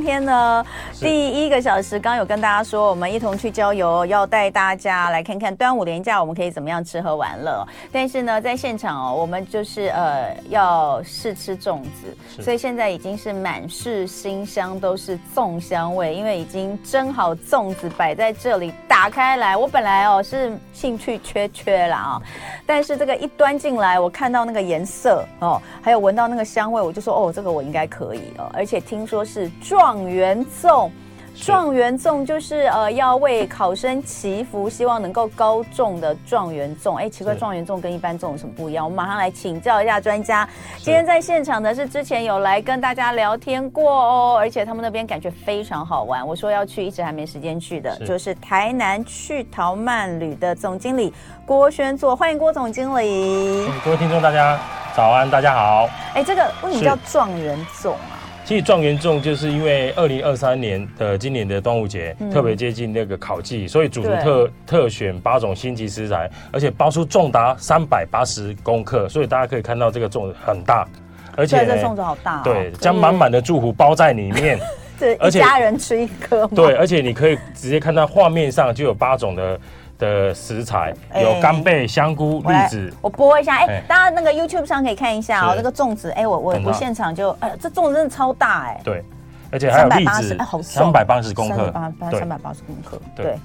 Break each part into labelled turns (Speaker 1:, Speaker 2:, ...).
Speaker 1: 天呢，
Speaker 2: 是
Speaker 1: 第一个小时刚有跟大家说，我们一同去郊游，要带大家来看看端午连假我们可以怎么样吃喝玩乐。但是呢，在现场哦，我们就是呃要试吃粽子，
Speaker 2: 是
Speaker 1: 所以现在已经是满室馨香，都是粽香味，因为已经蒸好粽子摆在这里，打开来，我本来哦是兴趣缺缺啦啊、但是这个一端进来，我看到那个颜色哦，还有闻到那个香味，我就说哦，这个我应该可以哦。而且听说是状元粽，
Speaker 2: 是
Speaker 1: 状元粽就是呃要为考生祈福，希望能够高中的状元粽。哎，奇怪，
Speaker 2: 是
Speaker 1: 状元粽跟一般粽有什么不一样？我们马上来请教一下专家。今天在现场呢是之前有来跟大家聊天过哦，而且他们那边感觉非常好玩。我说要去，一直还没时间去的，
Speaker 2: 是
Speaker 1: 就是台南趣淘漫旅的总经理郭宣作，欢迎郭总经理。
Speaker 2: 各位听众，大家早安，大家好。
Speaker 1: 哎，这个为什么
Speaker 2: 是
Speaker 1: 叫状元粽啊？
Speaker 2: 其实状元粽就是因为二零二三年的今年的端午节、
Speaker 1: 嗯
Speaker 2: 特别接近那个烤季，所以主厨特特选八种星级食材，而且包出重达三百八十公克，所以大家可以看到这个粽很大，
Speaker 1: 对，
Speaker 2: 而且
Speaker 1: 这粽子好大、哦。
Speaker 2: 对将满满的祝福包在里 面。
Speaker 1: 这一
Speaker 2: 而且
Speaker 1: 家人吃一颗嘛。
Speaker 2: 对，而且你可以直接看到画面上就有八种的的食材，有
Speaker 1: 哎
Speaker 2: 干贝、香菇、
Speaker 1: 我
Speaker 2: 栗
Speaker 1: 来
Speaker 2: 子，，
Speaker 1: 我播一下，哎、
Speaker 2: 哎
Speaker 1: 大家那个 YouTube 上可以看一下哦，
Speaker 2: 是
Speaker 1: 那个粽子，哎、我我
Speaker 2: 很
Speaker 1: 我
Speaker 2: 大
Speaker 1: 现场就，哎、这粽子真的超大哎、
Speaker 2: 对，而且还有栗
Speaker 1: 380
Speaker 2: 子
Speaker 1: 哎好重
Speaker 2: 三百八十公克
Speaker 1: 三百，八
Speaker 2: 对
Speaker 1: 三百八十公克，
Speaker 2: 对
Speaker 1: 对。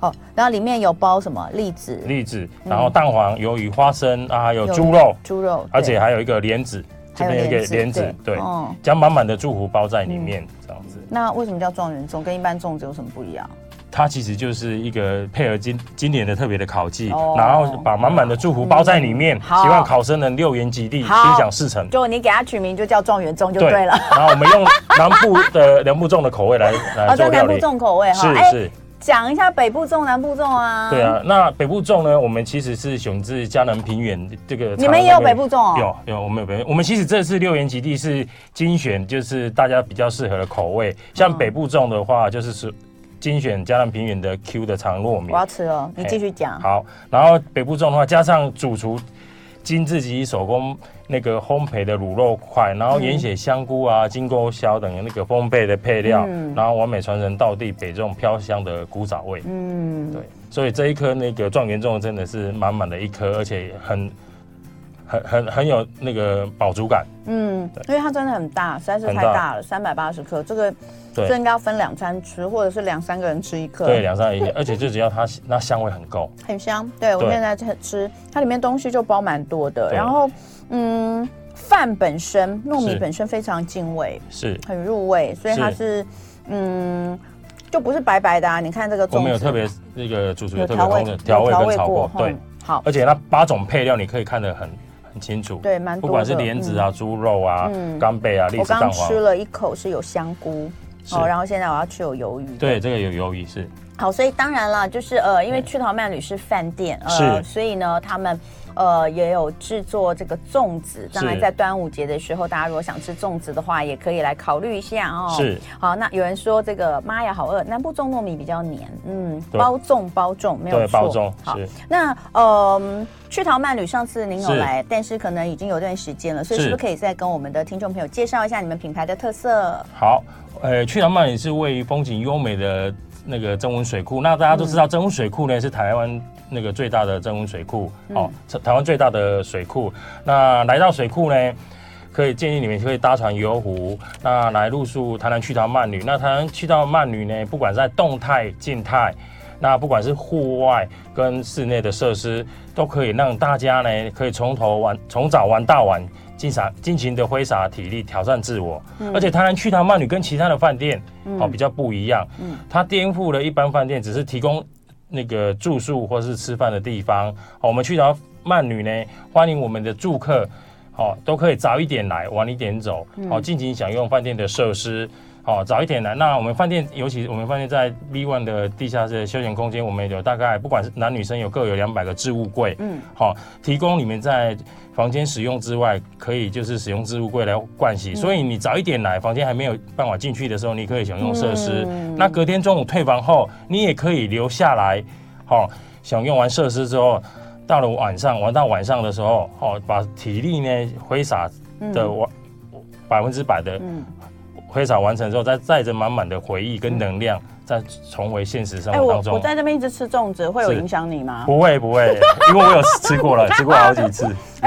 Speaker 1: 哦，然后里面有包什么栗子、
Speaker 2: 栗子，然后蛋黄、鱿鱼、花生啊，还有猪肉，
Speaker 1: 猪肉，
Speaker 2: 而且
Speaker 1: 嗯对
Speaker 2: 还有一个莲子，这
Speaker 1: 还有
Speaker 2: 边有一个
Speaker 1: 莲
Speaker 2: 莲
Speaker 1: 子
Speaker 2: 子，
Speaker 1: 对
Speaker 2: 对
Speaker 1: 哦，嗯
Speaker 2: 将满满的祝福包在里面，这样子。
Speaker 1: 那为什么叫状元粽？跟一般粽子有什么不一样？
Speaker 2: 它其实就是一个配合今今年的特别的烤季
Speaker 1: 哦，
Speaker 2: 然后把满满的祝福包在里面，
Speaker 1: 嗯好
Speaker 2: 希望考生能六言及第，心
Speaker 1: 好
Speaker 2: 想事成。
Speaker 1: 就你给它取名就叫状元粽就对了。
Speaker 2: 然后我们用南部的南部粽的口味来来
Speaker 1: 哦，
Speaker 2: 做
Speaker 1: 叫
Speaker 2: 料
Speaker 1: 南部
Speaker 2: 理。
Speaker 1: 粽哎口味哈。
Speaker 2: 是是，
Speaker 1: 讲一下北部粽、南部粽啊。
Speaker 2: 对。啊。那北部粽呢？我们其实是选自嘉南平原这个。
Speaker 1: 你们也有北部粽哦
Speaker 2: 有有，我们有北部。我们其实这次六元极地是精选，就是大家比较适合的口味。
Speaker 1: 嗯
Speaker 2: 像北部粽的话，就是是精选嘉南平原的 Q 的长糯米
Speaker 1: 我。要吃了，你继续讲。
Speaker 2: 好，然后北部粽的话，加上主厨经自己手工那个烘焙的卤肉块，然后
Speaker 1: 嗯
Speaker 2: 盐写香菇啊、金钩削等那个烘焙的配料，
Speaker 1: 嗯
Speaker 2: 然后完美传承道地北粽飘香的古早味。
Speaker 1: 嗯，
Speaker 2: 对，所以这一颗那个状元粽真的是满满的一颗，而且很。很很很有那个饱足感，
Speaker 1: 嗯，因为它真的很大，实在是
Speaker 2: 很
Speaker 1: 太
Speaker 2: 大
Speaker 1: 大了，三百八十克，这个
Speaker 2: 对
Speaker 1: 这应该要分两餐吃，或者是两三个人吃一颗。
Speaker 2: 对，，两三一，而且最主要它那香味很够，
Speaker 1: 很香。对我
Speaker 2: 对
Speaker 1: 现在在吃，它里面东西就包蛮多的。
Speaker 2: 对
Speaker 1: 然后，嗯，饭本身糯米
Speaker 2: 是
Speaker 1: 本身非常进味，
Speaker 2: 是
Speaker 1: 很入味，所以它是嗯，就不是白白的啊。你看这个粽子
Speaker 2: 我们有特别那个主厨有
Speaker 1: 有
Speaker 2: 特别
Speaker 1: 调
Speaker 2: 烹
Speaker 1: 味
Speaker 2: 的调味
Speaker 1: 有
Speaker 2: 跟炒过，对，
Speaker 1: 嗯好，
Speaker 2: 而且那八种配料你可以看得很很清楚，
Speaker 1: 对蛮多的
Speaker 2: 不管是莲子啊、猪肉啊
Speaker 1: 嗯、
Speaker 2: 干贝啊、栗
Speaker 1: 我
Speaker 2: 子、
Speaker 1: 刚
Speaker 2: 蛋
Speaker 1: 刚
Speaker 2: 黄
Speaker 1: 吃，了一口是有香菇。
Speaker 2: 是
Speaker 1: 哦，然后现在我要吃有鱿鱼。，
Speaker 2: 对，这个有鱿鱼是，
Speaker 1: 好，所以当然了，就是呃，因为去陶曼旅是饭店，呃，
Speaker 2: 是
Speaker 1: 所以呢，他们呃也有制作这个粽子。当然，
Speaker 2: 是
Speaker 1: 在端午节的时候，大家如果想吃粽子的话，也可以来考虑一下哦。
Speaker 2: 是。
Speaker 1: 好，那有人说这个妈呀，好饿，南部粽糯米比较黏，嗯，
Speaker 2: 对
Speaker 1: 包粽包粽没有
Speaker 2: 对，
Speaker 1: 错。
Speaker 2: 包粽
Speaker 1: 好，
Speaker 2: 是，
Speaker 1: 那呃，去淘漫旅上次您有
Speaker 2: 是
Speaker 1: 来，但是可能已经有段时间了，所以
Speaker 2: 是
Speaker 1: 是不是可以再跟我们的听众朋友介绍一下你们品牌的特色？
Speaker 2: 好，呃，去南曼也是位于风景优美的那个增温水库。那大家都知
Speaker 1: 嗯
Speaker 2: 道，增温水库呢是台湾那个最大的增温水库，
Speaker 1: 嗯
Speaker 2: 哦，是台湾最大的水库。那来到水库呢？可以建议你们可以搭船游湖，那来入宿台南去到曼旅。那台南去到曼旅呢，不管在动态、静态，那不管是户外跟室内的设施，都可以让大家呢可以从头玩，从早玩到晚，尽洒尽情的挥洒体力，挑战自我。而且台南去趟曼旅跟其他的饭店、哦比较不一样，它颠覆了一般饭店只是提供那个住宿或是吃饭的地方。哦、我们去到曼旅呢，欢迎我们的住客。哦，都可以早一点来，晚一点走，哦，尽情享用饭店的设施，哦，早一点来。那我们饭店，尤其我们饭店在 B One 的地下室的休闲空间，我们有大概不管是男女生有各有两百个置物柜，
Speaker 1: 嗯
Speaker 2: 嗯，好、提供你们在房间使用之外，可以就是使用置物柜来盥洗。所以你早一点来，房间还没有办法进去的时候，你可以享用设施。那隔天中午退房后，你也可以留下来，好、享用完设施之后。到了晚上，玩到晚上的时候，哦，把体力呢挥洒的完百分之百的
Speaker 1: 嗯，
Speaker 2: 挥洒完成之后，再载着满满的回忆跟能量，再重回现实生
Speaker 3: 哎，
Speaker 2: 活
Speaker 3: 我
Speaker 2: 当
Speaker 3: 我
Speaker 2: 中。
Speaker 3: 在这边一直吃粽子，会有
Speaker 2: 是
Speaker 3: 影响你吗？
Speaker 2: 不会不会，因为我有吃 过了，吃过好几次。是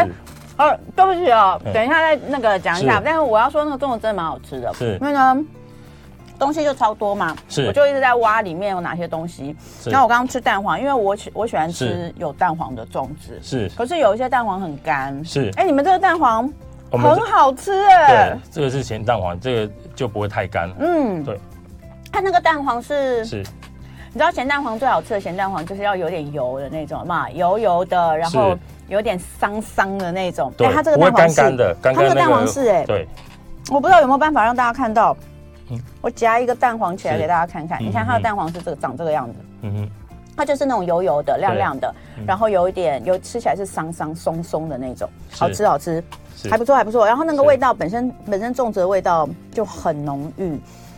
Speaker 1: 哦，对不起哦，
Speaker 2: 哎
Speaker 1: 等一下再那个讲一下
Speaker 2: 是。
Speaker 1: 但是我要说那个粽子真的蛮好吃的，
Speaker 2: 是
Speaker 1: 因为呢东西就超多嘛，
Speaker 2: 是
Speaker 1: 我就一直在挖里面有哪些东西。
Speaker 2: 是
Speaker 1: 那我刚刚吃蛋黄，因为我喜我喜欢吃
Speaker 2: 是
Speaker 1: 有蛋黄的粽子，
Speaker 2: 是
Speaker 1: 可是有一些蛋黄很干。
Speaker 2: 是
Speaker 1: 哎，你们这个蛋黄
Speaker 2: 我们
Speaker 1: 很好吃
Speaker 2: 对
Speaker 1: 哎，
Speaker 2: 这个是咸蛋黄，这个就不会太干。
Speaker 1: 嗯，
Speaker 2: 对，
Speaker 1: 它那个蛋黄是
Speaker 2: 是
Speaker 1: 你知道咸蛋黄最好吃的咸蛋黄就是要有点油的那种嘛，油油的，然后
Speaker 2: 是
Speaker 1: 有点桑桑的那种。
Speaker 2: 对
Speaker 1: 哎，它这个
Speaker 2: 不会
Speaker 1: 蛋黄是
Speaker 2: 干干的干干
Speaker 1: 它这个
Speaker 2: 那
Speaker 1: 蛋
Speaker 2: 个
Speaker 1: 黄是哎，
Speaker 2: 对
Speaker 1: 我不知道有没有办法让大家看到
Speaker 2: 嗯。
Speaker 1: 我夹一个蛋黄起来
Speaker 2: 是
Speaker 1: 给大家看看，
Speaker 2: 嗯
Speaker 1: 你看它的
Speaker 2: 嗯
Speaker 1: 蛋黄是这个长这个样子，
Speaker 2: 嗯哼
Speaker 1: 它就是那种油油的、亮亮的，
Speaker 2: 嗯
Speaker 1: 然后有一点有吃起来是桑桑松松的那种，
Speaker 2: 是
Speaker 1: 好吃好吃，
Speaker 2: 是
Speaker 1: 还不错还不错。然后那个
Speaker 2: 是
Speaker 1: 味道本身本身粽子的味道就很浓郁，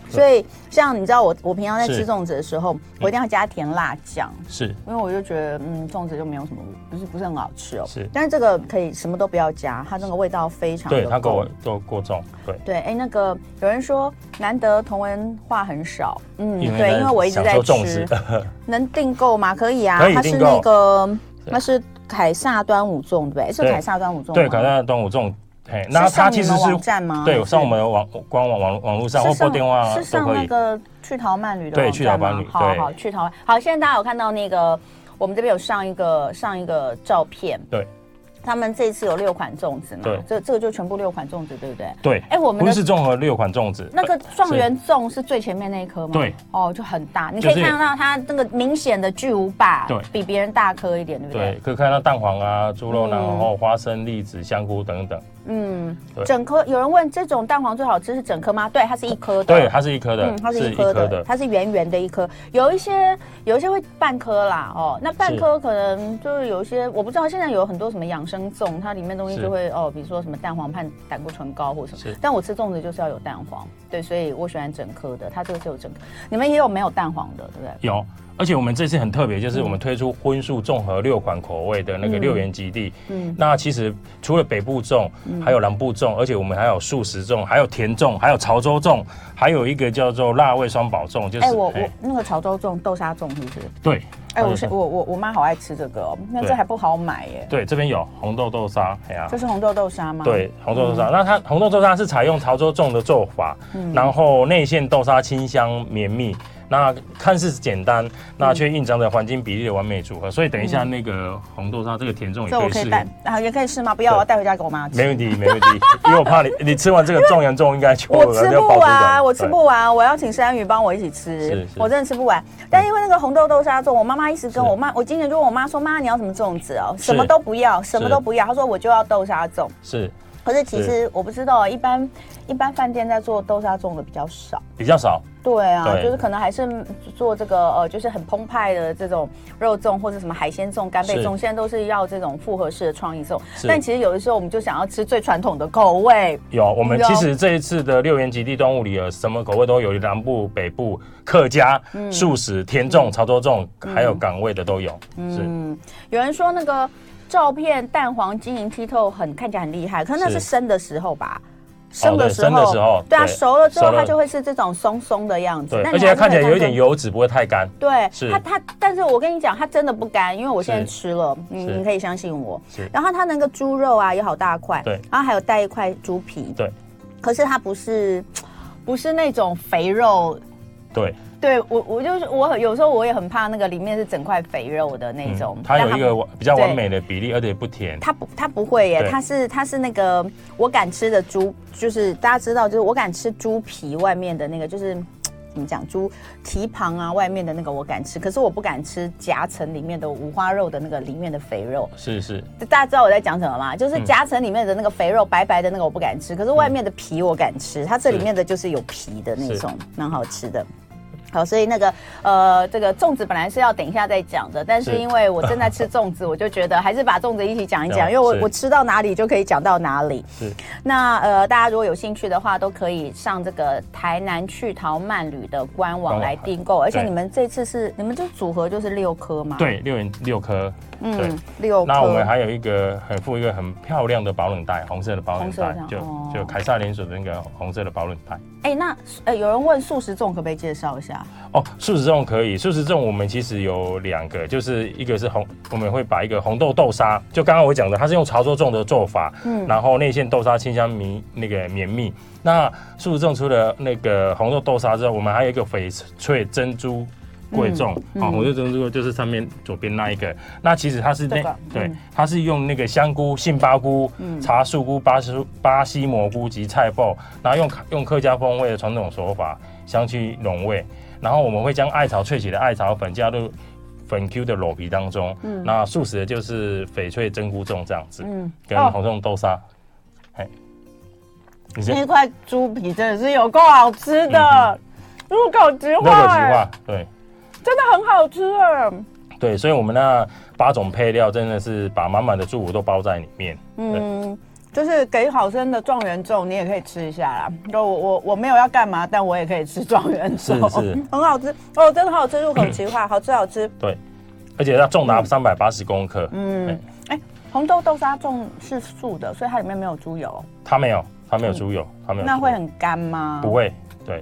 Speaker 1: 所以像你知道我我平常在吃
Speaker 2: 是嗯
Speaker 1: 粽子的时候，我一定要加甜辣酱，
Speaker 2: 是
Speaker 1: 因为我就觉得，嗯，粽子就没有什么，不是不是很好吃哦。
Speaker 2: 是
Speaker 1: 但是这个可以什么都不要加，它那个味道非常
Speaker 2: 对
Speaker 1: 的
Speaker 2: 它给
Speaker 1: 够
Speaker 2: 我。都过重，对
Speaker 1: 对，哎，那个有人说难得同文话很少，嗯，对，
Speaker 2: 在
Speaker 1: 因为我一直在
Speaker 2: 享受粽
Speaker 1: 吃
Speaker 2: 子，，
Speaker 1: 能订购吗？可以啊，
Speaker 2: 可以
Speaker 1: 它是
Speaker 2: 订购
Speaker 1: 那个，
Speaker 2: 对
Speaker 1: 它是凯撒端午粽，对不对？是
Speaker 2: 对
Speaker 1: 凯撒端午粽吗，
Speaker 2: 对，可能端午粽，嘿，
Speaker 1: 是
Speaker 2: 那它
Speaker 1: 上
Speaker 2: 其
Speaker 1: 你
Speaker 2: 实
Speaker 1: 们
Speaker 2: 是
Speaker 1: 网站吗？
Speaker 2: 对
Speaker 1: 还是
Speaker 2: 上我们的网官网网网络上或
Speaker 1: 是
Speaker 2: 拨
Speaker 1: 上
Speaker 2: 电话
Speaker 1: 是
Speaker 2: 都
Speaker 1: 上
Speaker 2: 可
Speaker 1: 那
Speaker 2: 以，
Speaker 1: 个去逃曼旅的
Speaker 2: 对
Speaker 1: 网
Speaker 2: 去
Speaker 1: 站
Speaker 2: 逃
Speaker 1: 吗
Speaker 2: 曼旅
Speaker 1: 好
Speaker 2: 对
Speaker 1: 好去逃好，现在大家有看到那个，我们这边有上一个上一个照片，
Speaker 2: 对，
Speaker 1: 他们这次有六款粽子嘛，
Speaker 2: 对
Speaker 1: 这这个就全部六款粽子，对不对？
Speaker 2: 对，
Speaker 1: 哎，我们
Speaker 2: 不是
Speaker 1: 的
Speaker 2: 综合六款粽子，
Speaker 1: 那个状元粽是最前面那一颗吗？
Speaker 2: 呃对，
Speaker 1: 哦，就很大，你
Speaker 2: 就
Speaker 1: 可
Speaker 2: 是
Speaker 1: 以看到它那个明显的巨无霸，
Speaker 2: 对
Speaker 1: 比别人大颗一点，对不
Speaker 2: 对
Speaker 1: 对？，
Speaker 2: 可以看到蛋黄啊、猪肉，
Speaker 1: 嗯
Speaker 2: 然后花生、栗子、香菇等等。
Speaker 1: 嗯，
Speaker 2: 对
Speaker 1: 整颗有人问这种蛋黄最好吃是整颗吗？对，它是一颗的，
Speaker 2: 对，它是一颗的
Speaker 1: 嗯，，它是一颗的，它是圆圆的一颗。有一些有一些会半颗啦，哦，那半颗可能就是有一些我不知道，现在有很多什么养生粽，它里面东西
Speaker 2: 是
Speaker 1: 就会哦，比如说什么蛋黄判胆固醇高或什么
Speaker 2: 是。
Speaker 1: 但我吃粽子就是要有蛋黄，对，所以我喜欢整颗的，它这个是有整颗。你们也有没有蛋黄的，对不对？
Speaker 2: 有。而且我们这次很特别，就是我们推出荤素综合六款口味的那个
Speaker 1: 嗯
Speaker 2: 六元基地。
Speaker 1: 嗯
Speaker 2: 那其实除了北部粽，还有南部粽，而且我们还有素食粽，还有甜粽，还有潮州粽，还有一个叫做辣味双宝粽，就是
Speaker 1: 哎、我我
Speaker 2: 嘿
Speaker 1: 那个潮州粽、豆沙粽是不是？
Speaker 2: 对
Speaker 1: 哎、我
Speaker 2: 就是
Speaker 1: 我我我妈好爱吃这个哦，那这
Speaker 2: 哦对
Speaker 1: 还不好买耶，
Speaker 2: 对这边有红豆豆沙，哎呀、
Speaker 1: 这是红豆豆沙吗？，
Speaker 2: 对，红豆豆沙。那它红豆豆沙是采用潮州粽的做法，
Speaker 1: 嗯
Speaker 2: 然后内馅豆沙清香绵密。那看似简单，
Speaker 1: 嗯
Speaker 2: 那却蕴藏着黄金比例的完美组合。所以等一下那个红豆沙这个甜粽也
Speaker 1: 这
Speaker 2: 可
Speaker 1: 我
Speaker 2: 以
Speaker 1: 可以
Speaker 2: 试，
Speaker 1: 带啊，也可以试吗？不要，我要带回家给我妈吃。
Speaker 2: 没问题，没问题。因为我怕你，你吃 完这个重阳粽应该就
Speaker 1: 我吃
Speaker 2: 要
Speaker 1: 不
Speaker 2: 爆肚
Speaker 1: 完，
Speaker 2: 的
Speaker 1: 我吃不完，我要请山雨帮我一起吃
Speaker 2: 是是，嗯
Speaker 1: 我真的吃不完。但因为那个红豆豆沙粽，我妈妈一直跟我妈，我今年就问我妈说：“妈，你要什么粽子哦？什么都不要，什么都不要。”她说：“我就要豆沙粽。
Speaker 2: 是”
Speaker 1: 可是其实我不知道，一般一般饭店在做豆沙粽的比较少。
Speaker 2: 比较少，
Speaker 1: 对啊，
Speaker 2: 对
Speaker 1: 就是可能还是做这个呃，就是很澎湃的这种肉粽或者什么海鲜粽、干贝
Speaker 2: 是
Speaker 1: 粽，现在都是要这种复合式的创意粽。
Speaker 2: 是
Speaker 1: 但其实有的时候我们就想要吃最传统的口味，
Speaker 2: 有，我们
Speaker 1: 有
Speaker 2: 其实这一次的六元极地端午里呃有什么口味都有，南部、北部、客家、
Speaker 1: 嗯
Speaker 2: 素食、甜粽、潮州粽，还有港味的都有。是
Speaker 1: 嗯，有人说那个照片蛋黄晶莹剔透很，看起来很厉害，可是那是
Speaker 2: 是哦
Speaker 1: 生的时候吧？生的
Speaker 2: 对
Speaker 1: 时候，
Speaker 2: 生的时候
Speaker 1: 对啊，
Speaker 2: 对
Speaker 1: 熟了之后
Speaker 2: 熟了
Speaker 1: 它就会是这种松松的样子
Speaker 2: 对，，
Speaker 1: 那
Speaker 2: 而
Speaker 1: 你
Speaker 2: 且它看起来有一
Speaker 1: 还是
Speaker 2: 点
Speaker 1: 可以看出。
Speaker 2: 油脂，不会太干。
Speaker 1: 对
Speaker 2: 是
Speaker 1: 它它，但是我跟你讲，它真的不干，因为我现在
Speaker 2: 是
Speaker 1: 吃了，你
Speaker 2: 是
Speaker 1: 你可以相信我
Speaker 2: 是。
Speaker 1: 然后它那个猪肉啊也好大块，
Speaker 2: 对
Speaker 1: 然后还有带一块猪皮，
Speaker 2: 对。
Speaker 1: 可是它不是，不是那种肥肉
Speaker 2: 对，
Speaker 1: 对我，我就是我有时候我也很怕那个里面是整块肥肉的那种，
Speaker 2: 它
Speaker 1: 但
Speaker 2: 嗯有一个完比较
Speaker 1: 对
Speaker 2: 完美的比例，而且不甜。
Speaker 1: 它不，它不会耶，
Speaker 2: 对
Speaker 1: 它是它是那个我敢吃的猪，就是大家知道，就是我敢吃猪皮外面的那个，就是嘖怎么讲，猪蹄膀啊外面的那个我敢吃，可是我不敢吃夹层里面的五花肉的那个里面的肥肉。
Speaker 2: 是是，
Speaker 1: 大家知道我在讲什么吗？就是
Speaker 2: 嗯
Speaker 1: 夹层里面的那个肥肉白白的那个我不敢吃，可是外面的皮我敢吃，它这里面的就是有皮的那种，蛮好吃的。好，所以那个呃，这个粽子本来是要等一下再讲的，但是
Speaker 2: 是
Speaker 1: 因为我正在吃粽 子，我就觉得还是把粽子一起讲一讲，
Speaker 2: 对
Speaker 1: 因为我
Speaker 2: 是
Speaker 1: 我吃到哪里就可以讲到哪里。
Speaker 2: 是
Speaker 1: 那呃，大家如果有兴趣的话，都可以上这个台南去淘慢旅的官网
Speaker 2: 官网
Speaker 1: 来订购，而且
Speaker 2: 对
Speaker 1: 你们这次是你们这组合就是六颗嘛？
Speaker 2: 对，六元六颗，对
Speaker 1: 嗯，六颗。
Speaker 2: 那我们还有一个很附一个很漂亮的保冷袋，红色的保冷袋
Speaker 1: 红色的，
Speaker 2: 就
Speaker 1: 哦
Speaker 2: 就凯撒连锁的那个红色的保冷袋。
Speaker 1: 哎、那呃，有人问素食粽可不可以介绍一下？
Speaker 2: 哦，素食粽可以，素食粽我们其实有两个，就是一个是红，我们会把一个红豆豆沙，就刚刚我讲的，它是用潮州粽的做法，
Speaker 1: 嗯
Speaker 2: 然后内馅豆沙清香绵那个绵密。那素食粽除了那个红豆豆沙之外，我们还有一个翡翠珍珠。桂粽
Speaker 1: 嗯
Speaker 2: 哦，
Speaker 1: 嗯
Speaker 2: 红豆珍珠桂就是上面左边那一个，那其实它是那
Speaker 1: 这个
Speaker 2: 对
Speaker 1: 嗯，
Speaker 2: 它是用那个香菇、杏鲍菇、
Speaker 1: 嗯
Speaker 2: 茶树菇、巴西巴西蘑菇及菜爆，然后用用客家风味的传统手法香气融味，然后我们会将艾草萃取的艾草粉加入粉 Q 的裸皮当中，
Speaker 1: 嗯
Speaker 2: 那素食的就是翡翠珍菇粽这样子，
Speaker 1: 嗯，
Speaker 2: 跟红粽豆沙，哎、你先
Speaker 1: 那一块猪皮真的是有够好吃的，
Speaker 2: 嗯
Speaker 1: 入口即
Speaker 2: 肉果
Speaker 1: 化，
Speaker 2: 即化，对
Speaker 1: 真的很好吃哎。
Speaker 2: 对，所以我们那八种配料真的是把满满的祝福都包在里面，
Speaker 1: 嗯，就是给好生的状元粽，你也可以吃一下啦。就我我我没有要干嘛，但我也可以吃状元粽，
Speaker 2: 是是
Speaker 1: 很好吃哦，真的好好吃，入口即化，好吃好吃。
Speaker 2: 对，而且它重达三百八十公克，
Speaker 1: 嗯
Speaker 2: 嗯，
Speaker 1: 哎、红豆豆沙粽是素的，所以它里面没有猪油，
Speaker 2: 它没有它没有猪油，它没有
Speaker 1: 那
Speaker 2: 猪
Speaker 1: 会
Speaker 2: 油
Speaker 1: 很干吗？
Speaker 2: 不，会，对，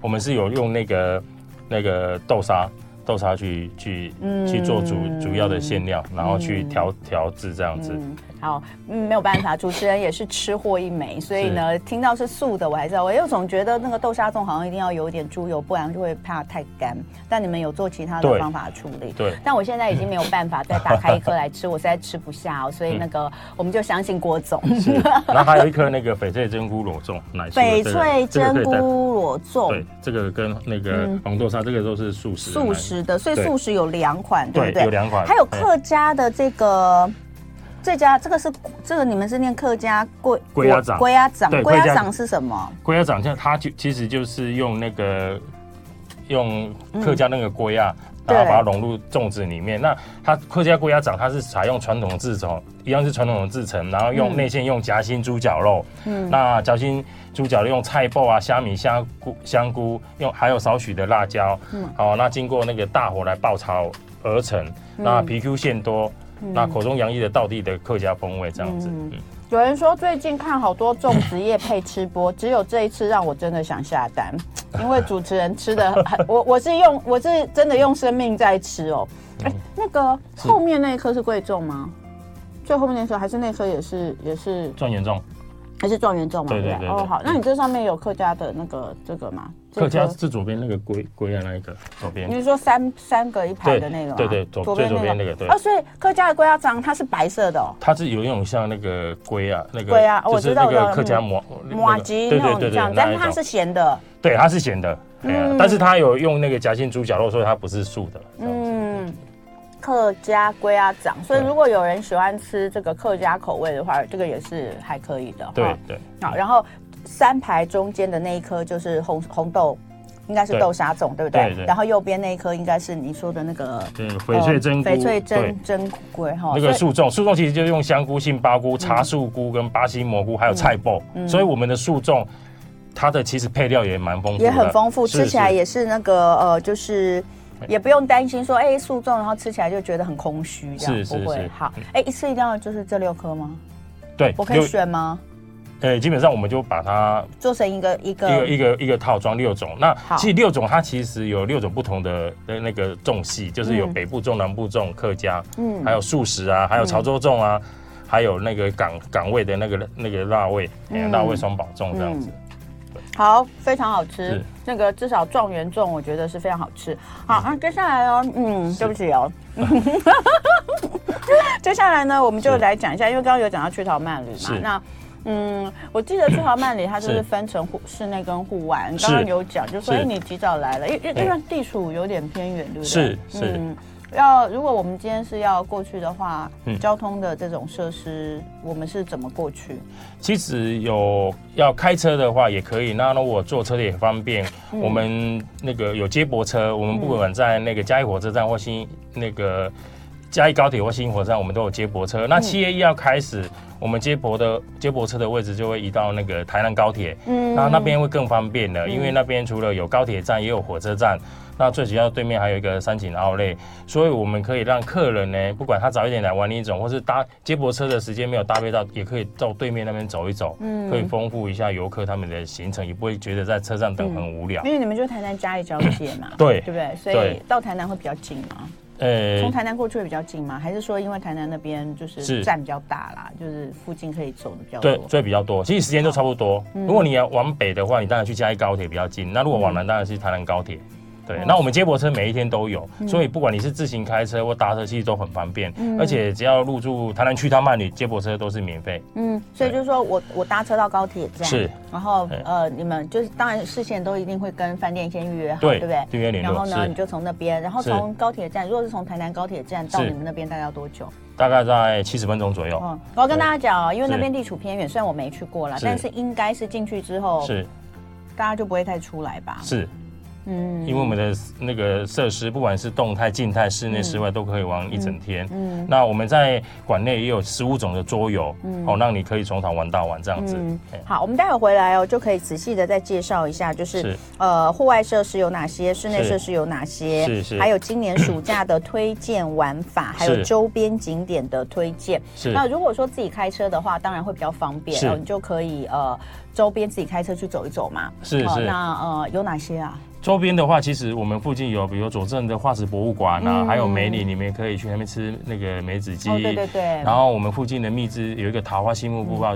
Speaker 2: 我们是有用那个那个豆沙豆沙去去、
Speaker 1: 嗯
Speaker 2: 去做主主要的馅料，然后去调调制这样子。
Speaker 1: 嗯，好，嗯，没有办法，主持人也是吃货一枚，所以呢，听到是素的，我还是要，我又总觉得那个豆沙粽好像一定要有一点猪油，不然就会怕太干。但你们有做其他的
Speaker 2: 对
Speaker 1: 方法处理？
Speaker 2: 对
Speaker 1: 但我现在已经没有办法再打开一颗来吃，我实在吃不下哦，所以那 个我们就相信郭总。
Speaker 2: 是，然后还有一颗那个翡翠珍菇裸粽奶酥
Speaker 1: 翡
Speaker 2: 的
Speaker 1: 翠
Speaker 2: 这个这个可
Speaker 1: 珍
Speaker 2: 以带
Speaker 1: 菇裸粽
Speaker 2: 对，，这个跟那个红豆沙，这个都是素食的奶。
Speaker 1: 素食的，所以
Speaker 2: 对
Speaker 1: 素食有两款，对
Speaker 2: 对
Speaker 1: 不对？
Speaker 2: 有两款
Speaker 1: 还有客家的这个。这家这个是这个你们是念客家龟
Speaker 2: 龟鸭掌
Speaker 1: 龟鸭掌
Speaker 2: 对
Speaker 1: 龟
Speaker 2: 龟
Speaker 1: 鸭
Speaker 2: 鸭
Speaker 1: 掌是什么？
Speaker 2: 龟鸭掌，像它就其实就是用那个用客家那个龟鸭，然
Speaker 1: 对
Speaker 2: 后把它融入粽子里面。那它客家龟鸭啊掌，它是采用传统制成，一样是传统的制成，然后用
Speaker 1: 嗯
Speaker 2: 内馅用夹心猪脚肉，
Speaker 1: 嗯
Speaker 2: 那夹心猪脚肉用菜爆啊、虾米、香菇、香菇，用还有少许的辣椒，
Speaker 1: 嗯
Speaker 2: 好，那经过那个大火来爆炒而成，
Speaker 1: 嗯
Speaker 2: 那皮 Q 馅多。那口中洋溢的道地的客家风味，这样子，
Speaker 1: 嗯
Speaker 2: 嗯
Speaker 1: 有人说最近看好多粽子叶配吃播，只有这一次让我真的想下单， 因为主持人吃的很，我我是用我是真的用生命在吃哦。哎、那个
Speaker 2: 嗯是
Speaker 1: 后面那一颗是贵重吗？最后面那颗还是那颗也是也是
Speaker 2: 状元粽，
Speaker 1: 还是状元粽嘛？
Speaker 2: 对对
Speaker 1: 不
Speaker 2: 对
Speaker 1: 哦
Speaker 2: 对
Speaker 1: 好，那你这上面有客家的那个这个吗？这
Speaker 2: 客家
Speaker 1: 颗
Speaker 2: 是左边那个龟龟的那一个，左边。
Speaker 1: 你是说三三个一排的那个吗？
Speaker 2: 对对左最左边那个对
Speaker 1: 哦，所以客家的龟鸭掌它是白色的哦。
Speaker 2: 它是有一种像那个龟啊，那个
Speaker 1: 龟啊哦
Speaker 2: 就
Speaker 1: 我
Speaker 2: 是
Speaker 1: 知道
Speaker 2: 那
Speaker 1: 我知
Speaker 2: 个
Speaker 1: 道
Speaker 2: 客家
Speaker 1: 嗯
Speaker 2: 麻
Speaker 1: 马吉
Speaker 2: 对
Speaker 1: 那
Speaker 2: 对
Speaker 1: 种
Speaker 2: 对
Speaker 1: 这样
Speaker 2: 对，，
Speaker 1: 但
Speaker 2: 那
Speaker 1: 是
Speaker 2: 一
Speaker 1: 它
Speaker 2: 种
Speaker 1: 是咸的。
Speaker 2: 对它是咸的，哎呀
Speaker 1: 嗯
Speaker 2: 但是它有用那个夹心猪脚肉，所以它不是素的。嗯，
Speaker 1: 嗯，客家龟鸭掌，所以
Speaker 2: 对
Speaker 1: 如果有人喜欢吃这个客家口味的话，这个也是还可以的。
Speaker 2: 对
Speaker 1: 哈
Speaker 2: 对
Speaker 1: 好，然后三排中间的那一颗就是红红豆，应该是
Speaker 2: 对
Speaker 1: 豆沙粽，对不对？
Speaker 2: 对对
Speaker 1: 然后右边那一颗应该是你说的那个
Speaker 2: 对，翡翠珍菇，
Speaker 1: 呃翡翠
Speaker 2: 对
Speaker 1: 珍珍菇龟哈。
Speaker 2: 那个
Speaker 1: 所以嗯
Speaker 2: 素粽，素粽其实就是用香菇、杏鲍菇、茶树菇跟巴西蘑菇，还有菜脯，所以我们的素粽，它的其实配料也蛮丰富的，
Speaker 1: 也很丰富，
Speaker 2: 啊是
Speaker 1: 吃起来
Speaker 2: 是
Speaker 1: 也是那个呃，就是
Speaker 2: 对
Speaker 1: 也不用担心说，哎，素粽，然后吃起来就觉得很空虚，这样
Speaker 2: 是是
Speaker 1: 不会
Speaker 2: 是
Speaker 1: 好。哎，一次一定要就是这六颗吗？
Speaker 2: 对，
Speaker 1: 我可以
Speaker 2: 就
Speaker 1: 选吗？
Speaker 2: 呃，基本上我们就把它
Speaker 1: 做成一个一个
Speaker 2: 一个一个一个套装六种，那
Speaker 1: 好
Speaker 2: 其实六种它其实有六种不同的的那个粽系，就是有
Speaker 1: 嗯
Speaker 2: 北部粽、南部粽、客家，
Speaker 1: 嗯
Speaker 2: 嗯，还有素食啊，还有潮州粽啊，还有那个港港味的那个那个辣味，哎呀
Speaker 1: 嗯
Speaker 2: 辣味双宝粽这样子。
Speaker 1: 好，非常好吃
Speaker 2: 是。嗯
Speaker 1: 那个至少状元粽，我觉得是非常好吃。好，那、接下来哦，嗯，对不起哦。
Speaker 2: 啊
Speaker 1: 接下来呢，我们就是来讲一下，因为刚刚有讲到去桃曼旅嘛
Speaker 2: 是，
Speaker 1: 那。嗯，我记得去桃曼旅它就是
Speaker 2: 是
Speaker 1: 分成户室内跟户外。你
Speaker 2: 是
Speaker 1: 刚刚有讲，就说
Speaker 2: 是
Speaker 1: 哎，你及早来了，因因
Speaker 2: 对
Speaker 1: 因为地处有点偏远，对不对？
Speaker 2: 是是
Speaker 1: 嗯，要如果我们今天是要过去的话，
Speaker 2: 嗯
Speaker 1: 交通的这种设施，我们是怎么过去？
Speaker 2: 其实有要开车的话也可以，那如果坐车也方便。
Speaker 1: 嗯
Speaker 2: 我们那个有接驳车，我们不管在那个嘉义火车站或新那个嘉义高铁或新火车站，我们都有接驳车。
Speaker 1: 嗯
Speaker 2: 那七月一号开始，我们接驳的接驳车的位置就会移到那个台南高铁，
Speaker 1: 嗯
Speaker 2: 那那边会更方便了，因为那边除了有高铁站，也有火车站。那最主要对面还有一个山景奥莱，所以我们可以让客人呢，不管他早一点来玩一种，或是搭接驳车的时间没有搭配到，也可以到对面那边走一走，
Speaker 1: 嗯
Speaker 2: 可以丰富一下游客他们的行程，也不会觉得在车站等
Speaker 1: 嗯
Speaker 2: 很无聊。
Speaker 1: 因为你们就台南嘉义交界嘛，
Speaker 2: 对
Speaker 1: 对不对？所以
Speaker 2: 对
Speaker 1: 到台南会比较近嘛，
Speaker 2: 呃
Speaker 1: 从台南过去会比较近嘛，还是说因为台南那边就是
Speaker 2: 是
Speaker 1: 站比较大啦，就是附近可以走的比较
Speaker 2: 对，
Speaker 1: 多。
Speaker 2: 所以比较多，其实时间都差不多。
Speaker 1: 嗯
Speaker 2: 如果你要往北的话，你当然去嘉义高铁比较近；那如果往南，当然是台南高铁。对
Speaker 1: 哦，
Speaker 2: 那我们接驳车每一天都有，
Speaker 1: 嗯
Speaker 2: 所以不管你是自行开车或搭车，其实都很方便。而且只要入住台南区汤曼旅，接驳车都是免费。
Speaker 1: 嗯，所以就是说我我搭车到高铁站，
Speaker 2: 是，
Speaker 1: 然后
Speaker 2: 对
Speaker 1: 呃，你们就是当然事先都一定会跟饭店先预约好，对
Speaker 2: 对
Speaker 1: 不对？
Speaker 2: 预约联络
Speaker 1: 然后呢，
Speaker 2: 是
Speaker 1: 你就从那边，然后
Speaker 2: 是
Speaker 1: 从高铁站，如果是从台南高铁站到
Speaker 2: 是
Speaker 1: 你们那边，大概要多久？
Speaker 2: 大概在七十分钟左右。
Speaker 1: 嗯，我要跟
Speaker 2: 对
Speaker 1: 大家讲哦，因为
Speaker 2: 是
Speaker 1: 那边地处偏远，虽然我没去过啦，
Speaker 2: 是
Speaker 1: 但是应该是进去之后，
Speaker 2: 是
Speaker 1: 大家就不会太出来吧？
Speaker 2: 是，
Speaker 1: 嗯
Speaker 2: 因为我们的那个设施，不管是动态、静态、室内、室外，都可以玩一整天。
Speaker 1: 嗯
Speaker 2: 那我们在馆内也有十五种的桌游，哦，让你可以从早玩到晚这样子。
Speaker 1: 嗯
Speaker 2: 哎，
Speaker 1: 好，我们待会回来哦，就可以仔细的再介绍一下，就是
Speaker 2: 是
Speaker 1: 呃，户外设施有哪些，室内
Speaker 2: 是
Speaker 1: 设施有哪些，
Speaker 2: 是是
Speaker 1: 还有今年暑假的推荐玩法，还有
Speaker 2: 是
Speaker 1: 周边景点的推荐。
Speaker 2: 是
Speaker 1: 那如果说自己开车的话，当然会比较方便，
Speaker 2: 是
Speaker 1: 哦你就可以呃，周边自己开车去走一走嘛。
Speaker 2: 是
Speaker 1: 哦
Speaker 2: 是
Speaker 1: 那呃，有哪些啊？
Speaker 2: 周边的话，其实我们附近有，比如左镇的化石博物馆啊，
Speaker 1: 嗯
Speaker 2: 还有梅里，你们也可以去那边吃那个梅子鸡。
Speaker 1: 哦，对对对。嗯
Speaker 2: 然后我们附近的蜜汁有一个桃花心木步道，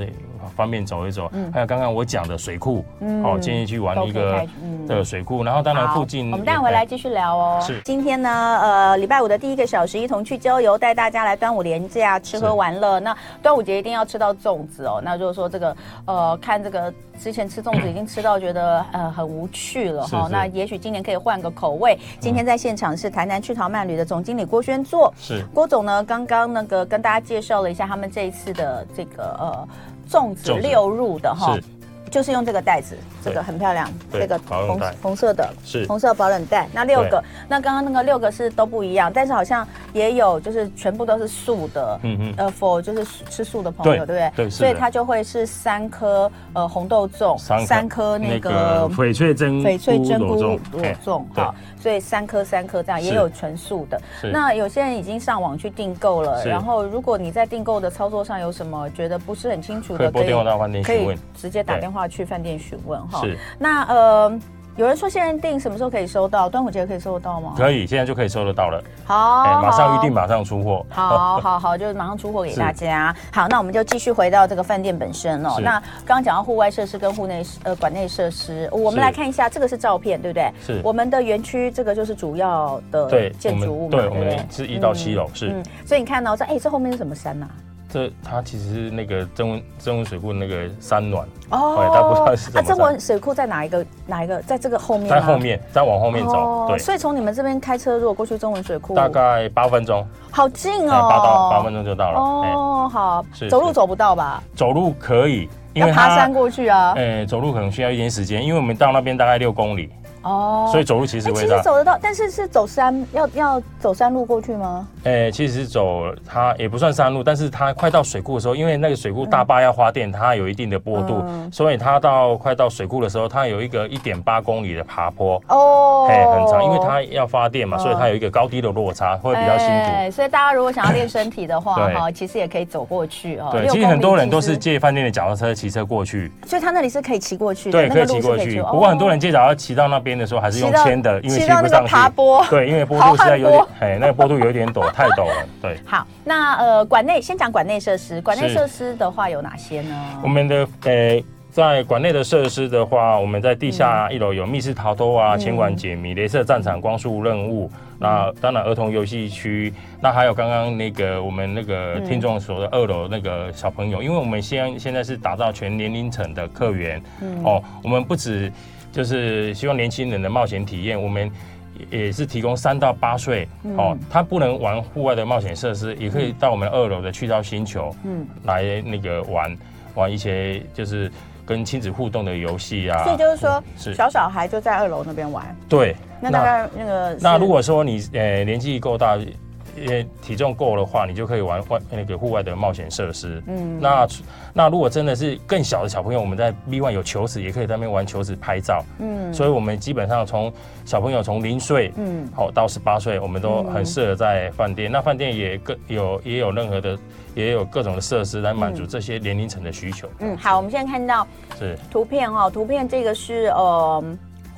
Speaker 2: 方便走一走。还有刚刚我讲的水库，哦，建议去玩
Speaker 1: 嗯都可以
Speaker 2: 一个
Speaker 1: 开嗯
Speaker 2: 的水库。然后当然
Speaker 1: 好
Speaker 2: 附近，
Speaker 1: 我们待会回来。继续聊哦。
Speaker 2: 是
Speaker 1: 今天呢，呃，礼拜五的第一个小时，一同去郊游，带大家来端午连假吃喝玩乐。那端午节一定要吃到粽子哦。那如果说这个，呃，看这个之前吃粽子已经吃到觉得呃很无趣了哈、
Speaker 2: 是是
Speaker 1: 那也许今年可以换个口味。今天在现场是台南趣淘漫旅的总经理郭宣作，
Speaker 2: 是
Speaker 1: 郭总呢，刚刚那个跟大家介绍了一下他们这一次的这个呃粽子
Speaker 2: 粽子
Speaker 1: 六入的哈
Speaker 2: 是，
Speaker 1: 就是用这个袋子，这个
Speaker 2: 对
Speaker 1: 很漂亮，
Speaker 2: 对
Speaker 1: 这个
Speaker 2: 保冷
Speaker 1: 红
Speaker 2: 袋
Speaker 1: 红色的
Speaker 2: 是
Speaker 1: 红色保冷袋。那六个，那刚刚那个六个是都不一样，但是好像也有就是全部都是素的，
Speaker 2: 嗯嗯
Speaker 1: 呃，for 就是吃素的朋友，对
Speaker 2: 对
Speaker 1: 不对？
Speaker 2: 对是
Speaker 1: 所
Speaker 2: 的
Speaker 1: 以它就会是三颗呃红豆粽，
Speaker 2: 三颗
Speaker 1: 颗那
Speaker 2: 那
Speaker 1: 个嗯
Speaker 2: 个。翡翠珍
Speaker 1: 翡翠珍
Speaker 2: 菇
Speaker 1: 菇
Speaker 2: 裸
Speaker 1: 裸
Speaker 2: 粽哎
Speaker 1: 粽，
Speaker 2: 对
Speaker 1: 好，所以三颗三颗这样，也
Speaker 2: 是
Speaker 1: 有纯素的。
Speaker 2: 是
Speaker 1: 那有些人已经上网去订购了，
Speaker 2: 是
Speaker 1: 然后如果你在订购的操作上有什么觉得不是很清楚
Speaker 2: 可以
Speaker 1: 的，
Speaker 2: 拨电话到饭店
Speaker 1: 可以
Speaker 2: 询问。
Speaker 1: 直接打
Speaker 2: 对
Speaker 1: 电话去饭店询问哈。
Speaker 2: 是
Speaker 1: 那呃，有人说现在订什么时候可以收到？端午节可以收得到吗？
Speaker 2: 可以，现在就可以收得到了。
Speaker 1: 好，
Speaker 2: 哎，马上
Speaker 1: 哦好
Speaker 2: 预定，。马上出货。
Speaker 1: 好好好，就是马上出货给大家。好，那我们就继续回到这个饭店本身哦。
Speaker 2: 是
Speaker 1: 那刚刚讲到户外设施跟户内呃馆内设施，我们
Speaker 2: 是
Speaker 1: 来看一下，这个是照片，对不对？
Speaker 2: 是
Speaker 1: 我们的园区这个就是主要的
Speaker 2: 对，我
Speaker 1: 建筑物
Speaker 2: 们
Speaker 1: 嘛，对
Speaker 2: 对，我
Speaker 1: 不对
Speaker 2: 们？是一到七楼，是。
Speaker 1: 嗯，所以你看到这，哎，这后面是什么山呐？
Speaker 2: 这它其实是那个增温增温水库那个山峦，
Speaker 1: 哦
Speaker 2: 哎它不知道是什么
Speaker 1: 啊，这
Speaker 2: 山
Speaker 1: 文水库在哪一个哪一个？在这个后面吗？
Speaker 2: 在后面，再往后面走，对，
Speaker 1: 哦所以从你们这边开车，如果过去中文水库，
Speaker 2: 大概八分钟，
Speaker 1: 好近
Speaker 2: 哎
Speaker 1: 哦，
Speaker 2: 八到八分钟就到了。哎，
Speaker 1: 哦，好
Speaker 2: 是，
Speaker 1: 走路
Speaker 2: 是
Speaker 1: 走不到吧？
Speaker 2: 走路可以，因
Speaker 1: 要
Speaker 2: 为
Speaker 1: 爬山
Speaker 2: 它，
Speaker 1: 过去啊。
Speaker 2: 哎，走路可能需要一点时间，因为我们到那边大概六公里，
Speaker 1: 哦，
Speaker 2: 所以走路其
Speaker 1: 哎
Speaker 2: 实
Speaker 1: 其
Speaker 2: 会
Speaker 1: 实
Speaker 2: 到，
Speaker 1: 走得到，但是是走山，要要走山路过去吗？
Speaker 2: 哎，其实走它也不算山路，但是它快到水库的时候，因为那个水库大坝要花电，它有一定的坡度
Speaker 1: 嗯，
Speaker 2: 所以它到快到水库的时候，它有一个一点八公里的爬坡。
Speaker 1: 哦，嗯
Speaker 2: 哎，很长，因为它要发电嘛，所以它有一个高低的落差，会比较辛苦。
Speaker 1: 哎所以大家如果想要练身体的话，
Speaker 2: 对
Speaker 1: 哈，其实也可以走过去哦。
Speaker 2: 对，
Speaker 1: 六
Speaker 2: 其实
Speaker 1: 公里
Speaker 2: 很多人都是
Speaker 1: 其
Speaker 2: 借饭店的脚踏车骑车过去，
Speaker 1: 实，所以他那里是可以骑过去的，
Speaker 2: 对，
Speaker 1: 那
Speaker 2: 可
Speaker 1: 个
Speaker 2: 以
Speaker 1: 路
Speaker 2: 骑
Speaker 1: 是
Speaker 2: 过
Speaker 1: 可以
Speaker 2: 去。
Speaker 1: 哦
Speaker 2: 不过很多人借脚踏车骑到那边的时候，还是用
Speaker 1: 骑到
Speaker 2: 牵的，因为
Speaker 1: 骑
Speaker 2: 骑
Speaker 1: 到那
Speaker 2: 不
Speaker 1: 个
Speaker 2: 上
Speaker 1: 爬
Speaker 2: 去。
Speaker 1: 坡。
Speaker 2: 对，因为坡
Speaker 1: 好
Speaker 2: 度实在有
Speaker 1: 汉
Speaker 2: 点，哎，那个坡度有点陡，太陡了。对，
Speaker 1: 好，那呃，馆内先讲馆内设施，馆内
Speaker 2: 是
Speaker 1: 设施的话有哪些呢？
Speaker 2: 我们的呃，在馆内的设施的话，我们在地下一楼有密室逃脱啊、千馆解谜、镭射战场、光速任务。那当然，儿童游戏区，那还有刚刚那个我们那个听众说的二楼那个小朋友，因为我们现现在是打造全年龄层的客源，哦，我们不止就是希望年轻人的冒险体验，我们也也是提供三到八岁哦，他不能玩户外的冒险设施，也可以到我们二楼的去到星球，
Speaker 1: 嗯
Speaker 2: 嗯，来那个玩玩一些就是跟亲子互动的游戏啊。
Speaker 1: 所以就是说，
Speaker 2: 是
Speaker 1: 小小孩就在二楼那边玩。
Speaker 2: 对，
Speaker 1: 那大概那个是
Speaker 2: 那如果说你呃年纪够大，也体重够的话，你就可以玩外那个户外的冒险设施。
Speaker 1: 嗯，
Speaker 2: 那那如果真的是更小的小朋友，我们在 B one 有球池，也可以在那边玩球池拍照。
Speaker 1: 嗯
Speaker 2: 所以我们基本上从小朋友从零岁
Speaker 1: 嗯
Speaker 2: 好到十八岁，我们都很适合在饭店。那饭店也各有也有任何的也有各种的设施来满足这些年龄层的需求。
Speaker 1: 嗯，好，我们现在看到
Speaker 2: 是
Speaker 1: 图片哦，图片这个是呃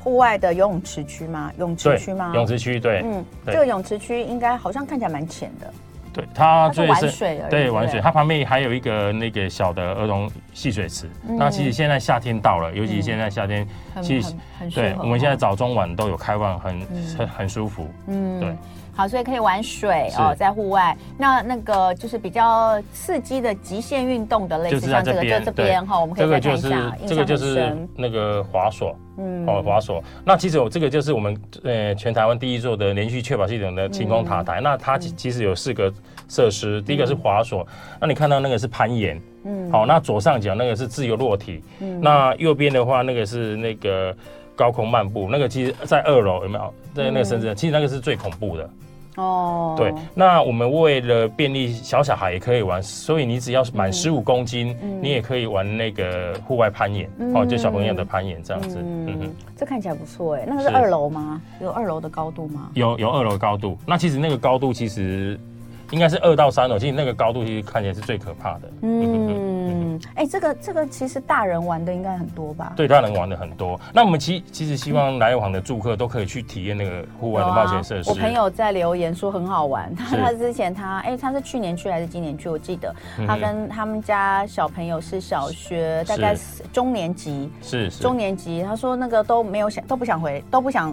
Speaker 1: 户外的游泳池区吗？泳池
Speaker 2: 对
Speaker 1: 区吗？
Speaker 2: 泳池区对、
Speaker 1: 嗯，
Speaker 2: 对
Speaker 1: 这个泳池区应该好像看起来蛮浅的，
Speaker 2: 对，它
Speaker 1: 它是
Speaker 2: 最
Speaker 1: 玩
Speaker 2: 深
Speaker 1: 水而已。
Speaker 2: 对，玩
Speaker 1: 不
Speaker 2: 水，它旁边还有一个那个小的儿童戏水池。
Speaker 1: 嗯
Speaker 2: 那其实现在夏天到了，尤其现在夏天，
Speaker 1: 很
Speaker 2: 其实
Speaker 1: 很很嗯适
Speaker 2: 对
Speaker 1: 合
Speaker 2: 我们现在
Speaker 1: 哦
Speaker 2: 早中晚都有开放，很很很舒服。
Speaker 1: 嗯
Speaker 2: 对。
Speaker 1: 好，所以可以玩水哦，
Speaker 2: 是
Speaker 1: 在户外。那那个就是比较刺激的极限运动的类
Speaker 2: 就
Speaker 1: 似，
Speaker 2: 是在
Speaker 1: 像这
Speaker 2: 这
Speaker 1: 个，就
Speaker 2: 边，
Speaker 1: 这
Speaker 2: 对，
Speaker 1: 边哈，我们可
Speaker 2: 这
Speaker 1: 以再
Speaker 2: 个
Speaker 1: 看
Speaker 2: 就
Speaker 1: 一
Speaker 2: 是
Speaker 1: 下，印
Speaker 2: 这
Speaker 1: 象
Speaker 2: 个就
Speaker 1: 很
Speaker 2: 是
Speaker 1: 深。
Speaker 2: 那个滑索，
Speaker 1: 嗯
Speaker 2: 哦，滑索。那其实我这个就是我们呃全台湾第一座的连续确保系统的晴空塔台。
Speaker 1: 嗯
Speaker 2: 那它其其实有四个设施，第一个是滑索，那你看到那个是攀岩，
Speaker 1: 嗯
Speaker 2: 好，那左上角那个是自由落体，那右边的话那个是那个高空漫步，那个其实在二楼有没有？在那个绳
Speaker 1: 嗯
Speaker 2: 子，其实那个是最恐怖的。
Speaker 1: 哦，
Speaker 2: 对，那我们为了便利小小孩也可以玩，所以你只要是
Speaker 1: 嗯
Speaker 2: 满十五公斤，你也可以玩那个户外攀岩，哦，就小朋友的攀岩这样子。嗯
Speaker 1: 嗯
Speaker 2: 哼，，
Speaker 1: 这看起来不错哎，那个是
Speaker 2: 是
Speaker 1: 二楼吗？有二楼的高度吗？
Speaker 2: 有有二楼高度，那其实那个高度其实应该是二到三楼，其实那个高度其实看起来是最可怕的。
Speaker 1: 嗯，哎、这个这个其实大人玩的应该很多吧？
Speaker 2: 对，大人玩的很多。那我们其其实希望来往的住客都可以去体验那个户外的冒险设施。
Speaker 1: 啊嗯我朋友在留言说很好玩，他
Speaker 2: 是
Speaker 1: 他之前他哎、他是去年去还是今年去？我记得
Speaker 2: 嗯哼
Speaker 1: 他跟他们家小朋友是小学大概是中年级，
Speaker 2: 是是
Speaker 1: 中年级，他说那个都没有想都不想回，都不想。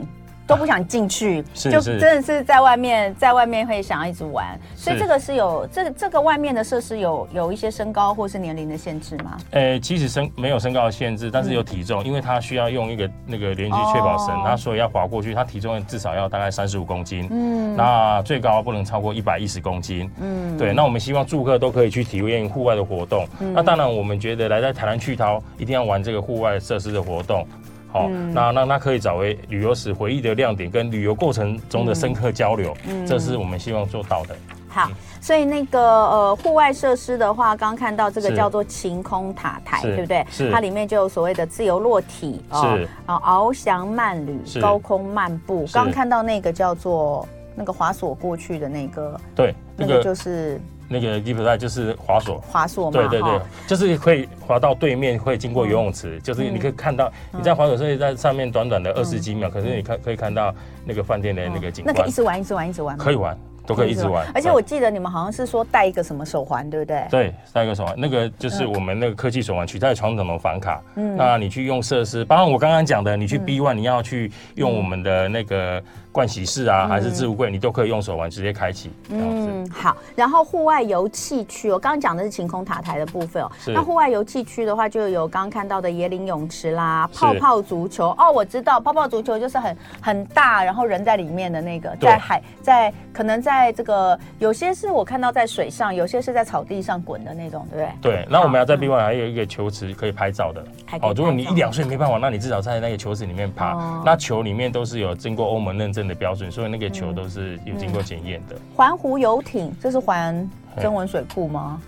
Speaker 1: 都不想进去，
Speaker 2: 是
Speaker 1: 就是真的是在外面，在外面会想要一直玩，所以
Speaker 2: 是
Speaker 1: 这个是有这个这个外面的设施有有一些身高或是年龄的限制吗？
Speaker 2: 呃，其实身没有身高的限制，但是有体重，因为他需要用一个那个连续确保绳
Speaker 1: 嗯哦，
Speaker 2: 他所以要滑过去，他体重至少要大概三十五公斤，
Speaker 1: 嗯
Speaker 2: 那最高不能超过一百一十公斤。
Speaker 1: 嗯，
Speaker 2: 对，那我们希望住客都可以去体验户外的活动。那当然，我们觉得来在台南去涛一定要玩这个户外设施的活动。好、
Speaker 1: 嗯
Speaker 2: 那那那可以找回旅游时回忆的亮点，跟旅游过程中的深刻交流，
Speaker 1: 嗯
Speaker 2: 这是我们希望做到的。
Speaker 1: 好，所以那个呃，户外设施的话，刚刚看到这个
Speaker 2: 是
Speaker 1: 叫做晴空塔台，
Speaker 2: 是
Speaker 1: 对不对？
Speaker 2: 是
Speaker 1: 它里面就有所谓的自由落体
Speaker 2: 是
Speaker 1: 啊，翱翔慢旅、
Speaker 2: 是
Speaker 1: 高空漫步。
Speaker 2: 是
Speaker 1: 刚刚看到那个叫做那个滑索过去的那个，
Speaker 2: 对，
Speaker 1: 那
Speaker 2: 那
Speaker 1: 个
Speaker 2: 个
Speaker 1: 就是
Speaker 2: 那个 deep dive 就是滑索。
Speaker 1: 滑索嘛，
Speaker 2: 对对对
Speaker 1: 哈，
Speaker 2: 就是可以滑到对面，会经过游泳
Speaker 1: 嗯
Speaker 2: 池，就是你可以看到你在滑索，所以在上面短短的二十几秒，可是你看可以看到那个饭店的那个景
Speaker 1: 哦那
Speaker 2: 观，
Speaker 1: 可以一直玩，一直玩，一直玩吗，
Speaker 2: 可以玩，都可以一直玩。嗯
Speaker 1: 而且
Speaker 2: 对
Speaker 1: 我记得你们好像是说带一个什么手环，对不对？
Speaker 2: 对，那个手环，那个就是
Speaker 1: 嗯
Speaker 2: 我们那个科技手环取代传统的房卡。那你去用设施，包括我刚刚讲的，
Speaker 1: 嗯
Speaker 2: 你去 B one，你要去用我们的那个盥洗室啊，还是置物柜，你都可以用手环直接开启这样子。
Speaker 1: 嗯，好。然后户外游憩区，我刚刚讲的是晴空塔台的部分哦。
Speaker 2: 是
Speaker 1: 那户外游憩区的话，就有刚刚看到的椰林泳池啦，
Speaker 2: 是
Speaker 1: 泡泡足球。哦，我知道，泡泡足球就是很很大，然后人在里面的那个，
Speaker 2: 对
Speaker 1: 在海，在可能在这个有些是我看到在水上，有些是在草地上滚的那种，对不对？
Speaker 2: 对，那我们要在 B one 还有一个球池可以拍照的
Speaker 1: 嗯还。可以
Speaker 2: 哦，如果你
Speaker 1: 拍照
Speaker 2: 一两岁没办法，那你至少在那个球池里面爬。
Speaker 1: 哦
Speaker 2: 那球里面都是有经过欧盟认证的标准，所以那个球都是有经过检验的。
Speaker 1: 环湖游艇，这是环真文水库吗？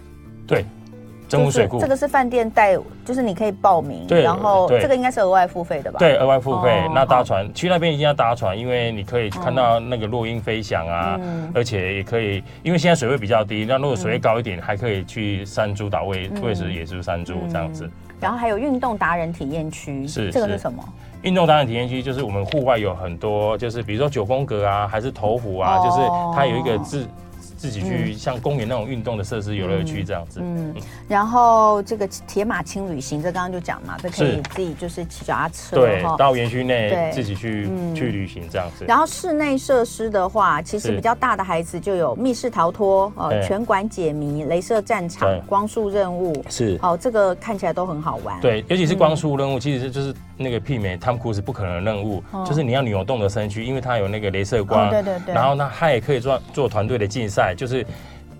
Speaker 2: 对，真武水库
Speaker 1: 就是这个是饭店带，就是你可以报名，
Speaker 2: 对
Speaker 1: 然后
Speaker 2: 对
Speaker 1: 这个应该是额外付费的吧？
Speaker 2: 对，额外付费。
Speaker 1: 哦
Speaker 2: 那搭船去那边一定要搭船，因为你可以看到那个
Speaker 1: 哦
Speaker 2: 落英飞翔啊，
Speaker 1: 嗯
Speaker 2: 而且也可以，因为现在水位比较低，那如果水位高一点，还可以去山猪岛喂
Speaker 1: 嗯
Speaker 2: 喂食野猪山猪这样子。
Speaker 1: 然后还有运动达人体验区，
Speaker 2: 是
Speaker 1: 这个是
Speaker 2: 是
Speaker 1: 什么？
Speaker 2: 运动当然体验区就是我们户外有很多，就是比如说九宫格啊，还是头壶啊，
Speaker 1: 哦
Speaker 2: 就是它有一个自自己去像公园那种运动的设施游乐区这样子。
Speaker 1: 嗯，然后这个铁马轻旅行，这刚刚就讲嘛，这可以
Speaker 2: 是
Speaker 1: 自己就是骑脚踏车
Speaker 2: 对，
Speaker 1: 哈。
Speaker 2: 到园区
Speaker 1: 对嗯
Speaker 2: 内自己去去旅行这样子。
Speaker 1: 然后室内设施的话，其实
Speaker 2: 是
Speaker 1: 比较大的孩子就有密室逃脱、呃
Speaker 2: 对
Speaker 1: 拳馆解谜、镭射战场
Speaker 2: 对、
Speaker 1: 光束任务，
Speaker 2: 是
Speaker 1: 哦，这个看起来都很好玩。，
Speaker 2: 对，尤其是
Speaker 1: 嗯
Speaker 2: 光速任务，其实就是那个媲美汤姆·库斯不可能的任务，就是你要扭动的身躯，因为它有那个镭射光，
Speaker 1: 哦哦对对对
Speaker 2: 然后呢，它也可以做做团队的竞赛，就是。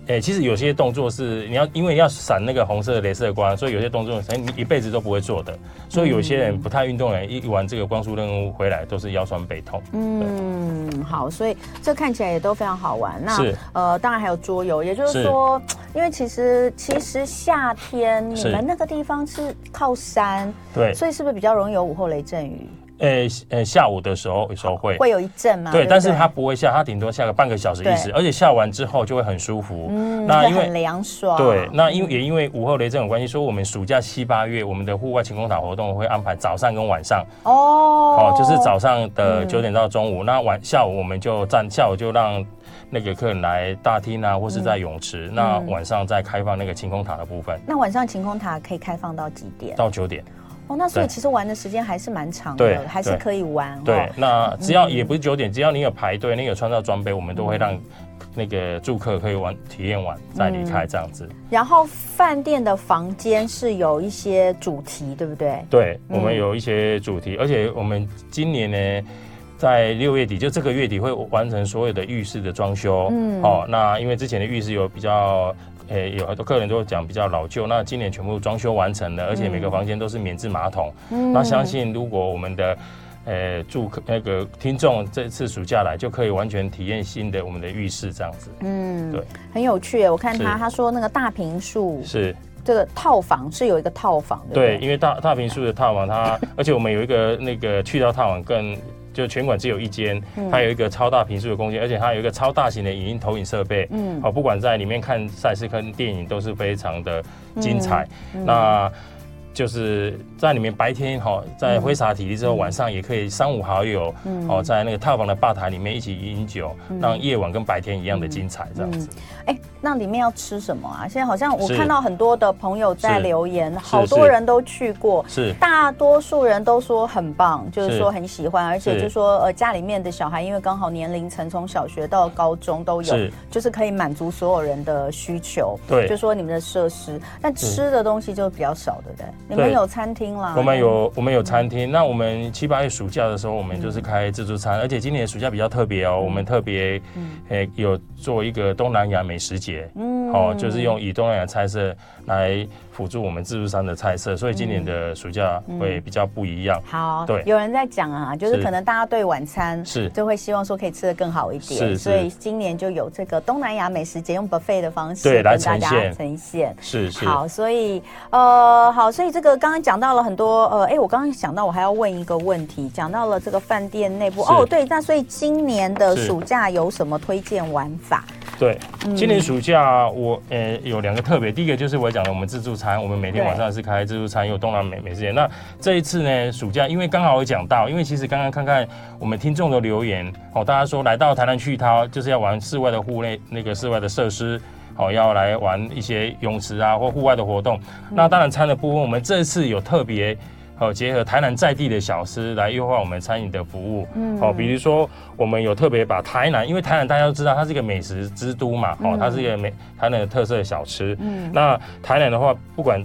Speaker 2: 诶、其实有些动作是你要，因为要闪那个红色的镭射光，所以有些动作可能你一辈子都不会做的。所以有些
Speaker 1: 嗯
Speaker 2: 人不太运动的人，一玩这个光速任务回来都是腰酸背痛。
Speaker 1: 嗯，好，所以这看起来也都非常好玩。那
Speaker 2: 是
Speaker 1: 呃，当然还有桌游，也就是
Speaker 2: 是
Speaker 1: 说，因为其实其实夏天你
Speaker 2: 是
Speaker 1: 们那个地方是靠山，
Speaker 2: 对，
Speaker 1: 所以是不是比较容易有午后雷阵雨？
Speaker 2: 诶、呃，下午的时候有时候会。
Speaker 1: 会有一阵嘛？
Speaker 2: 对，
Speaker 1: 不
Speaker 2: 但是它不会下，它顶多下个半个小时一时，
Speaker 1: 对
Speaker 2: 而且下完之后就会很舒服。
Speaker 1: 嗯
Speaker 2: 那
Speaker 1: 会
Speaker 2: 因为
Speaker 1: 很凉爽。
Speaker 2: 对，那因为也因为午后雷阵有关系，所以我们暑假七八月，我们的户外晴空塔活动会安排早上跟晚上，
Speaker 1: 哦
Speaker 2: 哦，就是早上的
Speaker 1: 嗯
Speaker 2: 九点到中午，那晚下午我们就站，下午就让那个客人来大厅啊，或是在泳池，那晚上再开放那个晴空塔的部分
Speaker 1: 那晚上晴空塔可以开放到几点？
Speaker 2: 到九点。
Speaker 1: 哦，那所以
Speaker 2: 对
Speaker 1: 其实玩的时间还是蛮长
Speaker 2: 对
Speaker 1: 的，还是
Speaker 2: 对
Speaker 1: 可以玩。
Speaker 2: 对
Speaker 1: 哦，，
Speaker 2: 那只要也不是九点，只要你有排队，你有穿到装备，我们都会让那个住客可以玩体验完再离开这样子。
Speaker 1: 然后饭店的房间是有一些主题，对不对？
Speaker 2: 对，
Speaker 1: 嗯
Speaker 2: 我们有一些主题，而且我们今年呢，在六月底，就这个月底会完成所有的浴室的装修。
Speaker 1: 嗯
Speaker 2: 哦，那因为之前的浴室有比较。诶、有很多客人都讲比较老旧，那今年全部装修完成了，而且每个房间都是免治马桶。
Speaker 1: 嗯
Speaker 2: 那相信如果我们的呃住客那个听众这次暑假来，就可以完全体验新的我们的浴室这样子。
Speaker 1: 嗯
Speaker 2: 对，
Speaker 1: 很有趣耶。我看他
Speaker 2: 是
Speaker 1: 他说那个大平树
Speaker 2: 是
Speaker 1: 这个套房是有一个套房，不
Speaker 2: 对，因为大大平数的套房它， 而且我们有一个那个去掉套房更。就全馆只有一间，它有一个超大平数的空间，而且它有一个超大型的影音投影设备。
Speaker 1: 嗯
Speaker 2: 嗯，哦，不管在里面看赛事跟电影都是非常的精彩。那就是在里面白天哈、哦，在挥洒体力之后，晚上也可以三五好友、哦，在那个套房的吧台里面一起饮酒，让夜晚跟白天一样的精彩，这样子。
Speaker 1: 哎，那里面要吃什么啊？现在好像我
Speaker 2: 是
Speaker 1: 看到很多的朋友在
Speaker 2: 是
Speaker 1: 留言，好
Speaker 2: 是
Speaker 1: 多人都去过。
Speaker 2: 是
Speaker 1: 大多数人都说很棒，就是
Speaker 2: 是
Speaker 1: 说很喜欢，而且
Speaker 2: 是
Speaker 1: 就说呃家里面的小孩，因为刚好年龄层从小学到高中都有
Speaker 2: 是，
Speaker 1: 就是可以满足所有人的需求。
Speaker 2: 对
Speaker 1: 就说你们的设施，但吃的东西就比较少，对不对？你们
Speaker 2: 对
Speaker 1: 有餐厅啦，
Speaker 2: 我们有我们有餐厅，那我们七八月暑假的时候，我们就是开自助餐，而且今年暑假比较特别哦，我们特别诶有做一个东南亚美食节，
Speaker 1: 嗯
Speaker 2: 哦，就是用以东南亚菜色来辅助我们自助餐的菜色，所以今年的暑假会比较不一样。
Speaker 1: 好，
Speaker 2: 对
Speaker 1: 有人在讲啊，就是
Speaker 2: 是
Speaker 1: 可能大家对晚餐
Speaker 2: 是
Speaker 1: 就会希望说可以吃得更好一点，
Speaker 2: 是是
Speaker 1: 所以今年就有这个东南亚美食节用 buffet 的方式
Speaker 2: 对来
Speaker 1: 跟大
Speaker 2: 呈
Speaker 1: 家
Speaker 2: 现
Speaker 1: 呈现。
Speaker 2: 是是
Speaker 1: 好，所以呃，好，所以这个刚刚讲到了很多呃，哎，我刚刚想到我还要问一个问题，讲到了这个饭店内部
Speaker 2: 是
Speaker 1: 哦，对，那所以今年的
Speaker 2: 是
Speaker 1: 暑假有什么推荐玩法？
Speaker 2: 对，今年暑假我呃有两个特别，第一个就是我讲的我们自助餐，我们每天晚上是开自助餐，有东南美美食节。那这一次呢，暑假因为刚好有讲到，因为其实刚刚看看我们听众的留言，哦，大家说来到台南去涛就是要玩室外的户内那个室外的设施。哦，要来玩一些泳池啊或户外的活动。那当然，餐的部分，我们这次有特别哦，结合台南在地的小吃来优化我们餐饮的服务。嗯，哦，比如说我们有特别把台南，因为台南大家都知道它是一个美食之都嘛，哦，它是一个美台南的特色小吃。嗯，那台南的话，不管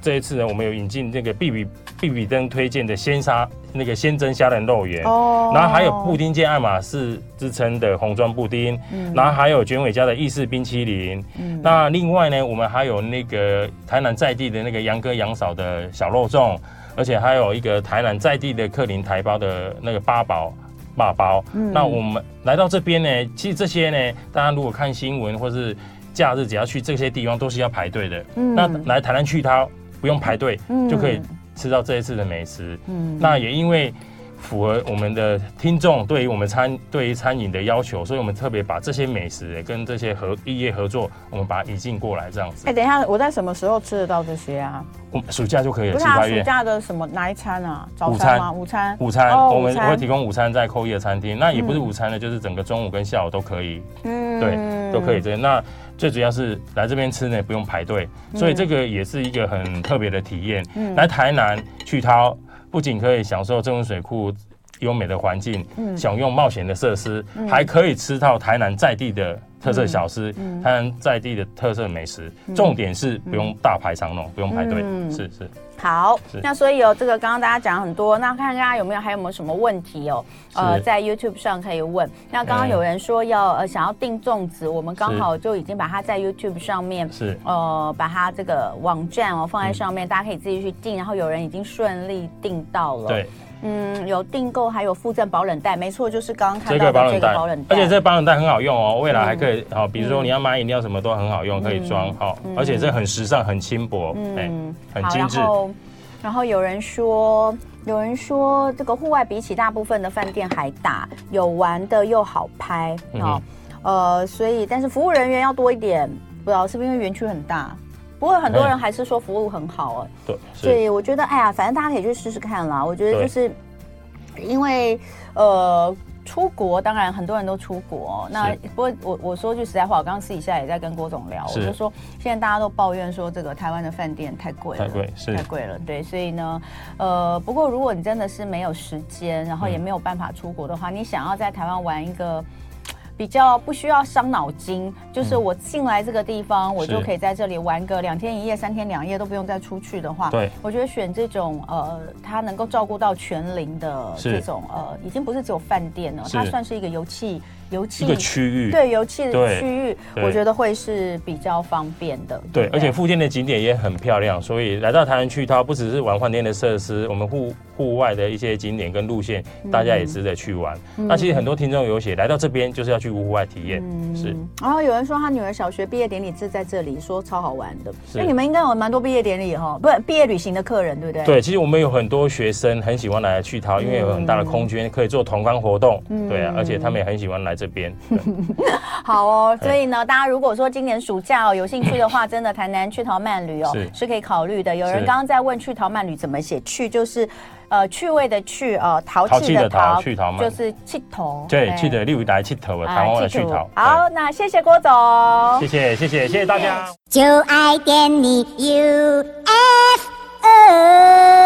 Speaker 2: 这一次呢，我们有引进那个比比比比登推荐的鲜沙那个鲜蒸虾仁肉圆。
Speaker 1: 哦
Speaker 2: 然后还有布丁界爱马仕之称的红砖布丁，然后还有卷尾家的意式冰淇淋。那另外呢，我们还有那个台南在地的那个杨哥杨嫂的小肉粽，而且还有一个台南在地的克林台包的那个八宝。八包，那我们来到这边呢，其实这些呢，大家如果看新闻或是假日，只要去这些地方都是要排队的。那来台南去它不用排队，
Speaker 1: 嗯
Speaker 2: 就可以吃到这一次的美食。
Speaker 1: 嗯
Speaker 2: 那也因为符合我们的听众对于我们餐对于餐饮的要求，所以我们特别把这些美食跟这些合异业合作，我们把它引进过来这样子
Speaker 3: 哎、。等一下，我在什么时候吃得到这些啊？
Speaker 2: 我们暑假就可以了，
Speaker 3: 不是
Speaker 2: 七
Speaker 3: 啊，
Speaker 2: 八
Speaker 3: 暑
Speaker 2: 月。
Speaker 3: 假的什么哪一餐啊？早餐吗？午餐。
Speaker 2: 午餐，
Speaker 3: 哦
Speaker 2: 我们
Speaker 3: 午餐嗯
Speaker 2: 会提供午餐在扣一的餐厅，那也不是午餐的，就是整个中午跟下午都可以，
Speaker 1: 嗯
Speaker 2: 对，都可以。这。那最主要是来这边吃呢，不用排队，所以这个也是一个很特别的体验。来台南去涛，不仅可以享受中文水库优美的环境，享用冒险的设施，还可以吃到台南在地的特色小吃，摊在地的特色美食。重点是不用大排长龙，不用排队。
Speaker 3: 嗯
Speaker 2: 是是，
Speaker 1: 好
Speaker 2: 是，
Speaker 1: 那所以哦，这个刚刚大家讲很多，那看看大家有没有还有没有什么问题哦？呃，
Speaker 2: 是
Speaker 1: 在 YouTube 上可以问。那刚刚有人说要呃想要订粽子，我们刚
Speaker 2: 是
Speaker 1: 好就已经把它在 YouTube 上面
Speaker 2: 是
Speaker 1: 呃把它这个网站哦放在上
Speaker 2: 嗯
Speaker 1: 面，大家可以自己去订。然后有人已经顺利订到了，
Speaker 2: 对，
Speaker 1: 嗯，有订购还有附赠保冷袋，没错，就是刚刚看
Speaker 2: 这
Speaker 1: 到
Speaker 2: 个保
Speaker 1: 的这
Speaker 2: 冷
Speaker 1: 个
Speaker 2: 袋
Speaker 1: 保冷，袋，嗯
Speaker 2: 而且这保冷袋很好用哦，未来还可以好，比如说你要买饮料什么都很好用，可以装哈，而且这很时尚，很轻薄，哎，很精致
Speaker 1: 嗯好，然。后，然后有人说，有人说这个户外比起大部分的饭店还大，有玩的又好拍
Speaker 2: 嗯
Speaker 1: 哦
Speaker 2: 哼，
Speaker 1: 呃，所以但是服务人员要多一点。
Speaker 3: 不知道是不是因为园区很大，
Speaker 1: 不过很多
Speaker 2: 嗯
Speaker 1: 人还是说服务很好哦，
Speaker 2: 对，
Speaker 1: 所
Speaker 2: 是
Speaker 1: 以我觉得，哎呀，反正大家可以去试试看啦。我觉得
Speaker 2: 对
Speaker 1: 就是因为呃。出国当然很多人都出国，那
Speaker 2: 是
Speaker 1: 不过我我说句实在话，我刚刚私底下也在跟郭总聊，我
Speaker 2: 是
Speaker 1: 就说现在大家都抱怨说这个台湾的饭店太贵了，
Speaker 2: 太贵是
Speaker 1: 太贵了，对，所以呢，呃，不过如果你真的是没有时间，然后也没有办法出国的话，你想要在台湾玩一个。比较不需要伤脑筋，就是我进来这个地方，我
Speaker 2: 嗯是
Speaker 1: 就可以在这里玩个两天一夜、三天两夜都不用再出去的话，
Speaker 2: 对
Speaker 1: 我觉得选这种呃，它能够照顾到全龄的
Speaker 2: 是
Speaker 1: 这种呃，已经不是只有饭店了，
Speaker 2: 是
Speaker 1: 它算是一个油气油气
Speaker 2: 一个区域。
Speaker 1: 对油气的
Speaker 2: 对
Speaker 1: 区域，
Speaker 2: 对
Speaker 1: 我觉得会是比较方便的。
Speaker 2: 对，
Speaker 1: 不
Speaker 2: 而且附近的景点也很漂亮，所以来到台南去，它不只是玩饭店的设施，我们户户外的一些景点跟路线，大
Speaker 1: 嗯
Speaker 2: 家也值得去玩。那其实很多听众有写，来到这边就是要去户外体验，是
Speaker 1: 嗯然后有人说他女儿小学毕业典礼是在这里，说超好玩的。
Speaker 2: 是
Speaker 1: 那你们应该有蛮多毕业典礼哈，不是毕业旅行的客人，对不对？。
Speaker 2: 对，其实我们有很多学生很喜欢来去桃，因为有很大的空间可以做同观活动，
Speaker 1: 嗯
Speaker 2: 对啊，而且他们也很喜欢来这边。对
Speaker 1: 好哦，所以
Speaker 2: 哎
Speaker 1: 呢，大家如果说今年暑假哦有兴趣的话，真的台南去桃慢旅哦
Speaker 2: 是
Speaker 1: 是可以考虑的。有人
Speaker 2: 是
Speaker 1: 刚刚在问去桃慢旅怎么写，去就是呃趣味的去呃淘
Speaker 2: 淘
Speaker 1: 气
Speaker 2: 气
Speaker 1: 的
Speaker 2: 的淘
Speaker 1: 淘，
Speaker 2: 去桃慢
Speaker 1: 就是气头。哎
Speaker 2: 对，记得六一来气头啊，台湾来
Speaker 1: 气
Speaker 2: 去
Speaker 1: 头
Speaker 2: 桃。
Speaker 1: 好，那谢谢郭总
Speaker 2: 对，。谢谢谢谢谢谢大家。
Speaker 4: 就爱点你 UFO。